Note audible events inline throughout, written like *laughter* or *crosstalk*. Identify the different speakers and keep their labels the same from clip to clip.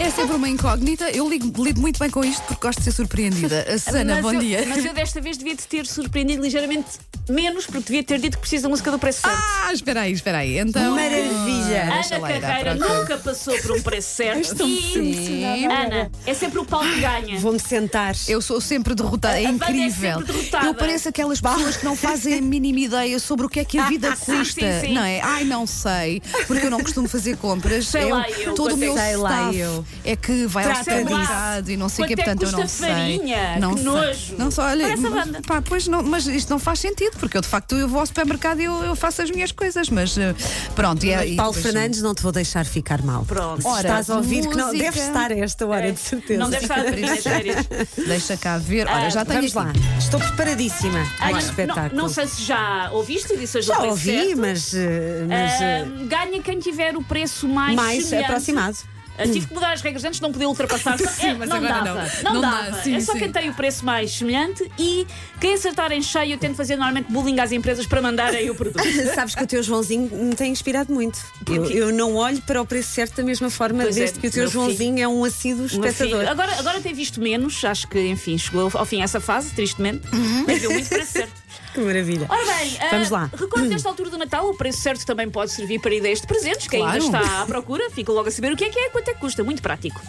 Speaker 1: É sempre uma incógnita. Eu ligo- lido muito bem com isto porque gosto de ser surpreendida. A Susana,
Speaker 2: mas
Speaker 1: bom
Speaker 2: eu,
Speaker 1: dia.
Speaker 2: Mas eu desta vez devia te ter surpreendido ligeiramente menos, porque devia ter dito que precisa da música do preço certo.
Speaker 1: Ah, espera aí, espera aí. Então.
Speaker 3: Maravilha.
Speaker 1: Ah, deixa
Speaker 2: Ana
Speaker 1: lá ir à
Speaker 2: Carreira
Speaker 1: procura.
Speaker 2: nunca passou por um preço certo.
Speaker 1: Sim.
Speaker 2: Ana, é sempre o pau que ganha.
Speaker 3: Vou-me sentar.
Speaker 1: Eu sou sempre derrotada, é
Speaker 2: A banda é
Speaker 1: incrível.
Speaker 2: sempre derrotada.
Speaker 1: Eu pareço aquelas pessoas
Speaker 2: *laughs*
Speaker 1: que não fazem a mínima ideia sobre o que é que a vida
Speaker 2: Ah, Sim,
Speaker 1: custa,
Speaker 2: sim, sim.
Speaker 1: não é? Ai, não sei, porque eu não costumo fazer compras.
Speaker 2: Sei lá eu,
Speaker 1: todo o meu
Speaker 3: quanto é que- Sei lá
Speaker 1: staff
Speaker 3: eu.
Speaker 1: é que vai ao
Speaker 3: Trata disso.
Speaker 1: supermercado e não sei o que,
Speaker 2: Quanto é que
Speaker 1: portanto eu não
Speaker 2: custa
Speaker 1: sei.
Speaker 2: farinha?
Speaker 1: Não
Speaker 2: Que
Speaker 1: sei.
Speaker 2: nojo.
Speaker 1: Não sei, olha,
Speaker 2: Parece a
Speaker 1: mas-
Speaker 2: banda.
Speaker 1: pá, pois não, mas isto não faz sentido, porque eu de facto eu vou ao supermercado e eu, eu façço as minhas coisas, mas eh, pronto. e é- e
Speaker 3: Paulo
Speaker 1: depois-
Speaker 3: Fernandes, não te vou deixar ficar mal. Pronto. Se
Speaker 1: Ora,
Speaker 3: estás a ouvir que não
Speaker 1: música.
Speaker 3: deves estar a esta hora, de certeza.
Speaker 2: É. Não deve estar a pedir as férias.
Speaker 1: Deixa cá ver. Olha,
Speaker 2: Ah,
Speaker 1: já tenho
Speaker 3: Vamos
Speaker 1: aqui.
Speaker 3: lá. Estou preparadíssima para o
Speaker 2: Ana,
Speaker 3: espetáculo.
Speaker 2: Não, não sei se já ouviste edições do
Speaker 3: Já
Speaker 2: preço
Speaker 3: ouvi,
Speaker 2: certo.
Speaker 3: mas. eh, mas eh,
Speaker 2: Ah, ganha quem tiver o preço mais,
Speaker 3: mais
Speaker 2: semelhante.
Speaker 3: aproximado. *laughs*
Speaker 2: Ah, tive que mudar as regras antes, não podia ultrapassar. *laughs*
Speaker 1: Sim,
Speaker 2: É,
Speaker 1: mas
Speaker 2: não
Speaker 1: agora
Speaker 2: dava.
Speaker 1: não. Não dá,
Speaker 2: dava.
Speaker 1: sim,
Speaker 2: é só
Speaker 1: sim.
Speaker 2: quem tem o preço mais semelhante e quem acertar em cheio, eu tento fazer normalmente bullying às empresas para mandarem o produto.
Speaker 3: Sabes que o teu Joãozinho me tem inspirado muito. Eu, eu não olho para o preço certo da mesma forma,
Speaker 2: Pois é,
Speaker 3: desde que o teu
Speaker 2: meu filho.
Speaker 3: Joãozinho é um assíduo
Speaker 2: Meu
Speaker 3: espectador.
Speaker 2: filho, Agora, agora tem visto menos, acho que, enfim, chegou ao fim essa fase, tristemente. Mas viu muito preço certo.
Speaker 3: Que maravilha.
Speaker 2: Ora bem, ah,
Speaker 3: Uhum. *laughs* Vamos lá. Hum.
Speaker 2: Recordo desta altura do Natal, o preço certo também pode servir para ideias de presentes. Quem
Speaker 1: Claro.
Speaker 2: ainda está à procura, fica logo a saber o que é que é, quanto é que custa. Muito prático.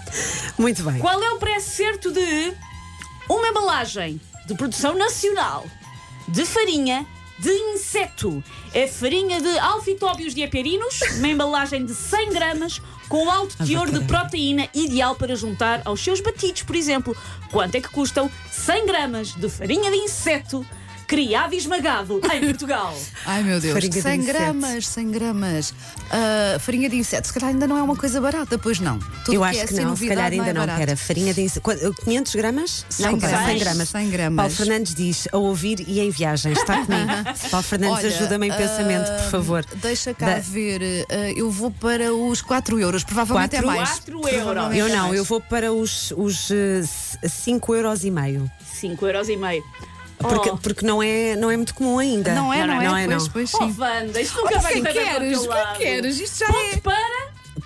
Speaker 3: Muito bem.
Speaker 2: Qual é o preço certo de uma embalagem de produção nacional de farinha de inseto? É farinha de alfitóbios diaperinos, uma embalagem de 100 gramas com alto
Speaker 1: Ah,
Speaker 2: teor de proteína ideal para juntar aos seus batidos, por exemplo. Quanto é que custam 100 gramas de farinha de inseto criado e esmagado
Speaker 1: *laughs*
Speaker 2: em Portugal?
Speaker 1: Ai meu Deus,
Speaker 3: Farinha de
Speaker 1: 100
Speaker 3: inseto.
Speaker 1: gramas, 100 gramas. Ah, farinha de inseto, se calhar ainda não é uma coisa barata, pois não. Tudo
Speaker 3: eu
Speaker 1: que
Speaker 3: acho
Speaker 1: é
Speaker 3: que
Speaker 1: assim
Speaker 3: não, se
Speaker 1: novidade
Speaker 3: calhar ainda não,
Speaker 1: é barato.
Speaker 3: Pera, farinha de inse- Qu- 500 gramas?
Speaker 1: Cem
Speaker 3: Desculpa,
Speaker 1: gramas.
Speaker 3: 100 gramas.
Speaker 1: Cem gramas.
Speaker 3: Paulo Fernandes diz, a ouvir e em viagem,
Speaker 1: *laughs*
Speaker 3: está comigo. Paulo Fernandes,
Speaker 1: Olha,
Speaker 3: ajuda-me em pensamento, por
Speaker 1: ah,
Speaker 3: favor.
Speaker 1: Deixa cá
Speaker 3: Da-
Speaker 1: ver, ah, eu vou para os 4 euros, provavelmente é
Speaker 3: Quatro?
Speaker 1: mais.
Speaker 2: Quatro
Speaker 1: Provavelmente
Speaker 3: Eu
Speaker 1: é
Speaker 3: não,
Speaker 1: mais.
Speaker 3: eu vou para os, os 5 euros e meio.
Speaker 2: 5 euros e meio.
Speaker 3: Porque,
Speaker 2: Oh.
Speaker 3: porque não, é, não é muito comum ainda.
Speaker 1: Não é, não, é, pois, pois
Speaker 2: Oh,
Speaker 1: sim.
Speaker 2: Wanda, isto nunca
Speaker 1: O
Speaker 2: vai
Speaker 1: que
Speaker 2: entrar para o
Speaker 1: queres?
Speaker 2: teu
Speaker 1: O que
Speaker 2: lado.
Speaker 1: queres? Isto já
Speaker 2: Ponto
Speaker 1: é.
Speaker 2: para
Speaker 3: Ponto,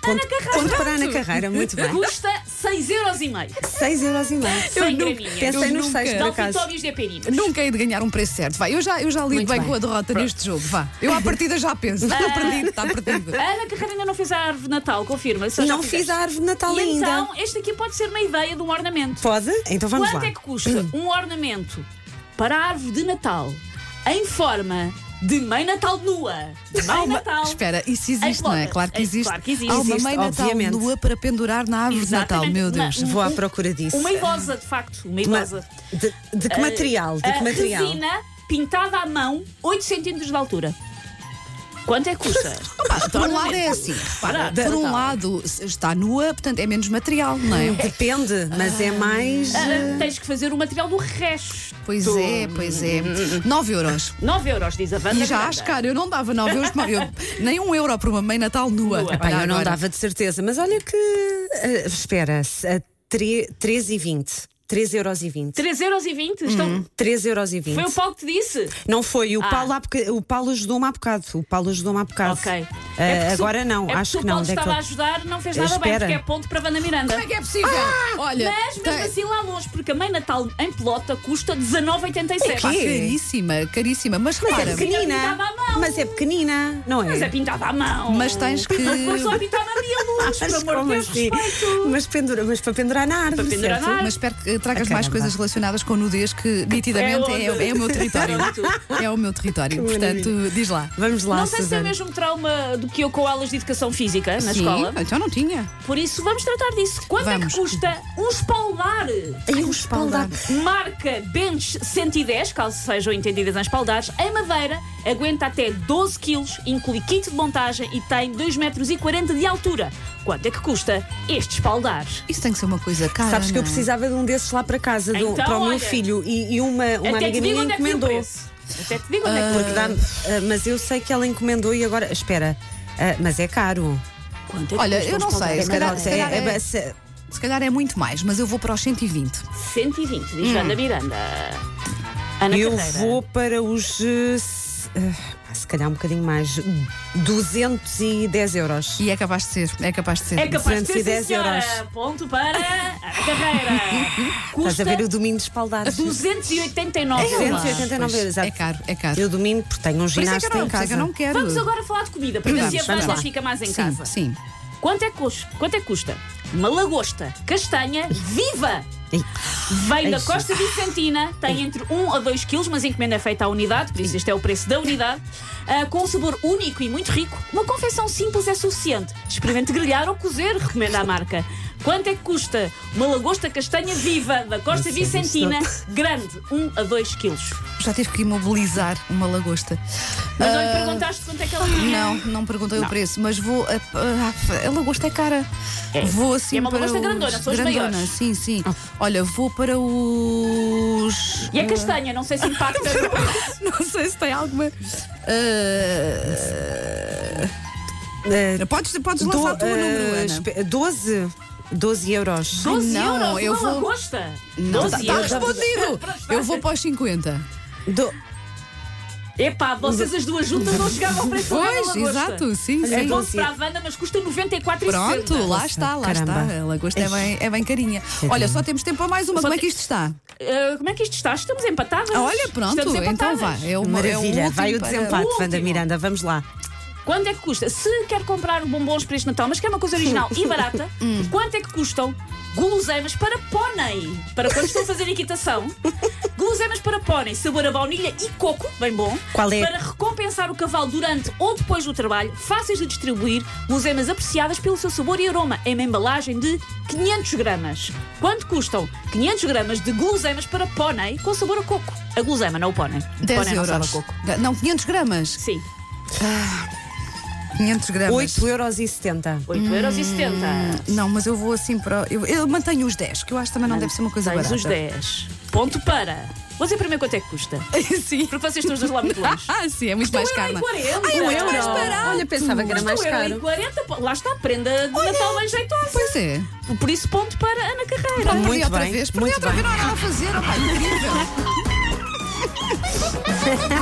Speaker 3: ponto para a Ana Carreira,
Speaker 2: *laughs*
Speaker 3: muito bem.
Speaker 2: Custa 6,5 euros. e meio.
Speaker 3: 6 euros e meio.
Speaker 2: Eu Cem nunca- graminhas.
Speaker 3: Pensei
Speaker 1: eu
Speaker 3: nos
Speaker 1: nunca-
Speaker 3: 6, por acaso.
Speaker 2: Dalfitóbios de aperinos.
Speaker 1: Nunca hei de ganhar um preço certo. Vai, eu já, eu já lido
Speaker 3: Muito
Speaker 1: bem,
Speaker 3: bem.
Speaker 1: com a derrota neste jogo. Vá, eu
Speaker 2: *laughs*
Speaker 1: à partida já penso. Está perdido, está perdido.
Speaker 2: A Ana Carreira ainda não fez a árvore de Natal, confirma. se já
Speaker 3: Não
Speaker 2: fizeste.
Speaker 3: fiz a árvore de Natal
Speaker 2: E
Speaker 3: ainda.
Speaker 2: Então, este aqui pode ser uma ideia de um ornamento.
Speaker 3: Pode? Então vamos
Speaker 2: Quanto
Speaker 3: lá.
Speaker 2: é que
Speaker 1: Hum.
Speaker 2: custa um ornamento para a árvore de Natal em forma de Mãe Natal nua? De Mãe Natal.
Speaker 1: Espera, isso existe, não é?
Speaker 2: moda.
Speaker 1: Claro que
Speaker 2: É,
Speaker 1: existe.
Speaker 2: claro que existe.
Speaker 1: Há uma
Speaker 3: Existe,
Speaker 1: mãe Natal
Speaker 3: obviamente.
Speaker 1: nua para pendurar na árvore de Natal,
Speaker 2: Exatamente.
Speaker 1: meu
Speaker 2: Uma-
Speaker 1: Deus.
Speaker 3: Vou à procura disso.
Speaker 2: um- Uma idosa, de facto. Uma
Speaker 3: Ma-
Speaker 2: idosa.
Speaker 3: de, de que material? De
Speaker 2: Ah,
Speaker 1: tipo
Speaker 3: que material?
Speaker 2: Resina pintada à mão, 8 centímetros de altura. Quanto é que
Speaker 1: *laughs*
Speaker 2: custa?
Speaker 1: Pá, por um lado é assim. repara,
Speaker 2: Para,
Speaker 1: por um
Speaker 2: Natal.
Speaker 1: lado se- está nua, portanto é menos material, não é?
Speaker 3: Depende, mas é mais.
Speaker 1: eh,
Speaker 2: Ah, tens que fazer o material do resto.
Speaker 1: Pois é, pois é. 9 euros.
Speaker 2: 9 euros, diz a Wanda.
Speaker 1: E já
Speaker 2: Miranda.
Speaker 1: acho caro, eu não dava 9 euros, por- eu, nem um euro para uma mãe Natal nua.
Speaker 2: Nua.
Speaker 3: Pá,
Speaker 1: Olha
Speaker 3: eu não
Speaker 1: agora.
Speaker 3: dava de certeza, mas olha que. ah, espera, se- a tre- 3,20. 3,20 euros.
Speaker 2: 3 euros e 20? Estão...
Speaker 3: 3,20 euros. e vinte.
Speaker 2: Foi o Paulo que te disse?
Speaker 3: Não foi, o
Speaker 2: Ah.
Speaker 3: Paulo, há boca- o Paulo ajudou-me há bocado. O Paulo ajudou-me há bocado.
Speaker 2: Ok. É
Speaker 3: Ah,
Speaker 2: porque se o-
Speaker 3: agora não,
Speaker 2: é porque
Speaker 3: acho
Speaker 2: se
Speaker 3: que
Speaker 2: o
Speaker 3: não.
Speaker 2: Paulo
Speaker 3: onde é que
Speaker 2: estava a
Speaker 3: eu-
Speaker 2: ajudar, não fez nada
Speaker 3: Espera.
Speaker 2: bem, porque é ponto para Vanda Miranda.
Speaker 1: Como é que é possível? Olha,
Speaker 2: Ah, Mas mesmo
Speaker 1: tem-
Speaker 2: assim lá longe, porque a mãe Natal em pelota custa 19,87.
Speaker 1: Pá, caríssima, caríssima. Mas
Speaker 3: Mas é
Speaker 1: repara,
Speaker 3: pequenina.
Speaker 2: Pintava à mão.
Speaker 3: Mas é pequenina, não é?
Speaker 2: Mas é pintada à mão.
Speaker 1: Mas tens que-
Speaker 2: *laughs* Mas só pintada a mamilos,
Speaker 3: Mas
Speaker 2: pelo amor de
Speaker 3: como
Speaker 2: Deus,
Speaker 3: assim?
Speaker 2: respeito.
Speaker 3: Mas, pendura, mas para pendurar na árvore.
Speaker 2: Para pendurar na
Speaker 3: certo?
Speaker 2: árvore.
Speaker 1: Mas espero que eh, tragas
Speaker 3: Ah,
Speaker 1: mais
Speaker 3: caramba.
Speaker 1: coisas relacionadas com nudez, que nitidamente é,
Speaker 2: É onde?
Speaker 1: é
Speaker 2: *laughs*
Speaker 1: o meu território. é o meu território.
Speaker 3: *laughs* Que
Speaker 1: Portanto, diz lá.
Speaker 3: Vamos lá,
Speaker 2: Não sei se é o
Speaker 3: Susana.
Speaker 2: mesmo trauma do que eu com aulas de educação física na
Speaker 1: Sim,
Speaker 2: escola.
Speaker 1: Então não tinha.
Speaker 2: Por isso, vamos tratar disso. Quanto é
Speaker 1: Vamos.
Speaker 2: que custa um espaldar?
Speaker 3: Ai, um espaldar.
Speaker 2: Marca Bench 110, caso sejam entendidas em espaldares, em madeira, aguenta até 12 quilos, inclui kit de montagem e tem 2,40 metros de altura. Quanto é que custa este espaldar?
Speaker 1: Isso tem que ser uma coisa cara.
Speaker 3: Sabes que eu
Speaker 1: não é?
Speaker 3: precisava de um desses lá para casa, de um-
Speaker 2: Então,
Speaker 3: para o meu
Speaker 2: olha.
Speaker 3: filho. E, e uma, uma
Speaker 2: Até
Speaker 3: amiga
Speaker 2: te digo
Speaker 3: minha
Speaker 2: onde é que foi o
Speaker 3: encomendou.
Speaker 2: preço. Até te digo onde é que foi o
Speaker 3: Porque
Speaker 2: preço.
Speaker 3: dá- ah, mas eu sei que ela encomendou e agora. Espera, ah, mas é caro.
Speaker 2: Quanto é que
Speaker 1: Olha,
Speaker 2: custa
Speaker 1: eu
Speaker 2: um
Speaker 1: não sei.
Speaker 2: espaldar?
Speaker 1: Se calhar,
Speaker 3: Não,
Speaker 1: se
Speaker 3: é-
Speaker 1: calhar
Speaker 3: é-
Speaker 1: é-
Speaker 3: se-
Speaker 1: se calhar é muito mais, mas eu vou para os 120.
Speaker 2: 120, diz Joana Miranda. Ana
Speaker 3: Hum. eu
Speaker 2: Carreira.
Speaker 3: vou para os. eh, se- ah, se calhar um bocadinho mais, 210 euros.
Speaker 1: E é capaz de ser, é capaz de ser.
Speaker 2: É capaz de ser, sim,
Speaker 3: 210
Speaker 2: senhora.
Speaker 3: euros.
Speaker 2: Ponto para a carreira.
Speaker 3: *laughs* Estás
Speaker 2: Custa
Speaker 3: a ver o É domínio despaldado.
Speaker 2: 289 euros.
Speaker 3: 289
Speaker 1: Pois,
Speaker 3: euros, exato.
Speaker 1: é caro, é caro.
Speaker 3: Eu domino porque tenho
Speaker 1: Por
Speaker 3: um
Speaker 1: isso é que
Speaker 3: ginasta
Speaker 1: eu não,
Speaker 3: em
Speaker 1: por isso é que
Speaker 3: casa.
Speaker 1: eu não quero.
Speaker 2: Vamos agora falar de comida, para ver
Speaker 1: Vamos,
Speaker 2: se a
Speaker 1: vamos
Speaker 2: banda
Speaker 1: lá.
Speaker 2: fica mais em
Speaker 1: sim,
Speaker 2: casa.
Speaker 1: Sim.
Speaker 2: Quanto é, que custa, quanto é que custa? Uma lagosta castanha viva.
Speaker 3: Ei,
Speaker 2: Vem da
Speaker 3: Isso.
Speaker 2: Costa Vicentina, tem entre 1 a 2 quilos, mas a encomenda é feita à unidade, por isso este é o preço da unidade, ah, com um sabor único e muito rico. Uma confecção simples é suficiente. Experimente grelhar ou cozer, recomenda a marca. Quanto é que custa uma lagosta castanha viva da Costa
Speaker 3: Não sei
Speaker 1: é
Speaker 3: disso,
Speaker 2: Vicentina, grande, 1 a 2 quilos?
Speaker 1: Já tive que imobilizar uma lagosta.
Speaker 2: Mas não lhe perguntaste quanto é que ela tinha?
Speaker 1: Ah. Não, não perguntei
Speaker 2: Não.
Speaker 1: o preço, mas vou. A, a- a lagosta é cara. Vou assim
Speaker 2: E é uma
Speaker 1: para
Speaker 2: lagosta
Speaker 1: os
Speaker 2: grandona, são os maiores. Ah.
Speaker 1: Sim, sim. Olha, vou para os.
Speaker 2: E a castanha, não sei se impacta.
Speaker 1: *laughs*
Speaker 2: no preço.
Speaker 1: *laughs* Não sei se tem alguma.
Speaker 3: eh,
Speaker 1: Ah, podes podes
Speaker 3: do-
Speaker 1: lançar tu o
Speaker 3: eh,
Speaker 1: número, Ana.
Speaker 3: espe- 12, 12 euros.
Speaker 2: 12
Speaker 1: não,
Speaker 2: euros,
Speaker 1: eu
Speaker 2: uma
Speaker 1: vou-
Speaker 2: lagosta.
Speaker 1: Não,
Speaker 2: 12
Speaker 1: está
Speaker 2: euros.
Speaker 1: Tá, respondido! Eu vou para os 50.
Speaker 3: Do-
Speaker 2: Epá, vocês as duas juntas não chegavam ao preço da
Speaker 1: Pois,
Speaker 2: lagosta.
Speaker 1: exato, sim,
Speaker 2: É
Speaker 1: sim.
Speaker 2: bom para a Havana, mas custa 94
Speaker 1: Pronto, lá está, lá
Speaker 3: Caramba.
Speaker 1: está. A lagosta é bem, é bem carinha. Olha, só temos tempo para mais uma.
Speaker 2: Só
Speaker 1: Como é
Speaker 2: te-
Speaker 1: que isto está?
Speaker 2: como é que isto está? Estamos empatadas.
Speaker 1: Ah, Olha, pronto,
Speaker 2: Estamos
Speaker 1: então
Speaker 2: empatadas.
Speaker 1: vá. É uma,
Speaker 3: Maravilha,
Speaker 1: é o último
Speaker 3: vai o
Speaker 1: para-
Speaker 3: desempate,
Speaker 2: o
Speaker 3: Wanda
Speaker 2: último.
Speaker 3: Miranda, vamos lá.
Speaker 2: Quanto é que custa? Se quer comprar bombons para este Natal, mas quer uma coisa original e
Speaker 3: *laughs*
Speaker 2: barata,
Speaker 3: Hum.
Speaker 2: quanto é que custam guloseimas para pônei? Para quando estão a fazer equitação. Guloseimas para pônei, sabor a baunilha e coco, bem bom.
Speaker 3: Qual é?
Speaker 2: Para recompensar o cavalo durante ou depois do trabalho, fáceis de distribuir, guloseimas apreciadas pelo seu sabor e aroma, em uma embalagem de 500 gramas. Quanto custam 500 gramas de guloseimas para pônei com sabor a coco? A guloseima, não o pônei. O
Speaker 1: 10
Speaker 2: Pônei não sabe a
Speaker 1: euros.
Speaker 2: coco.
Speaker 1: Não, 500 gramas.
Speaker 2: Sim,
Speaker 1: 500 gramas.
Speaker 3: 8,70 euros. e 70.
Speaker 2: 8,70 euros. e 70.
Speaker 1: Não, mas eu vou assim para. Eu, eu mantenho os 10, que eu acho que também não deve ser uma coisa
Speaker 2: Tens
Speaker 1: barata.
Speaker 2: os 10. Ponto para. Vou dizer primeiro quanto é que custa.
Speaker 1: *laughs* sim.
Speaker 2: Porque vocês estão os dois lá muito
Speaker 1: *laughs*
Speaker 2: longe.
Speaker 1: Ah, sim, é muito mais
Speaker 2: um euro
Speaker 1: caro.
Speaker 2: e 40.
Speaker 1: Ai, é muito mais barato. é
Speaker 3: Olha, pensava que era mais
Speaker 2: Custa um euro e
Speaker 3: caro.
Speaker 2: 40. Pô, Lá está a prenda de Natal bem jeitosa.
Speaker 1: Pois é.
Speaker 2: Por isso, ponto para Ana Carreira.
Speaker 1: Perdi
Speaker 3: Muito
Speaker 1: outra
Speaker 3: bem,
Speaker 1: vez, perdi
Speaker 3: muito
Speaker 1: outra
Speaker 3: bem.
Speaker 1: vez, não há nada a fazer. Opa, incrível.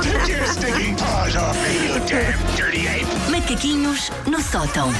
Speaker 4: Get your stinking paws off me, you damn dirty ape!
Speaker 5: Macaquinhos no sótão.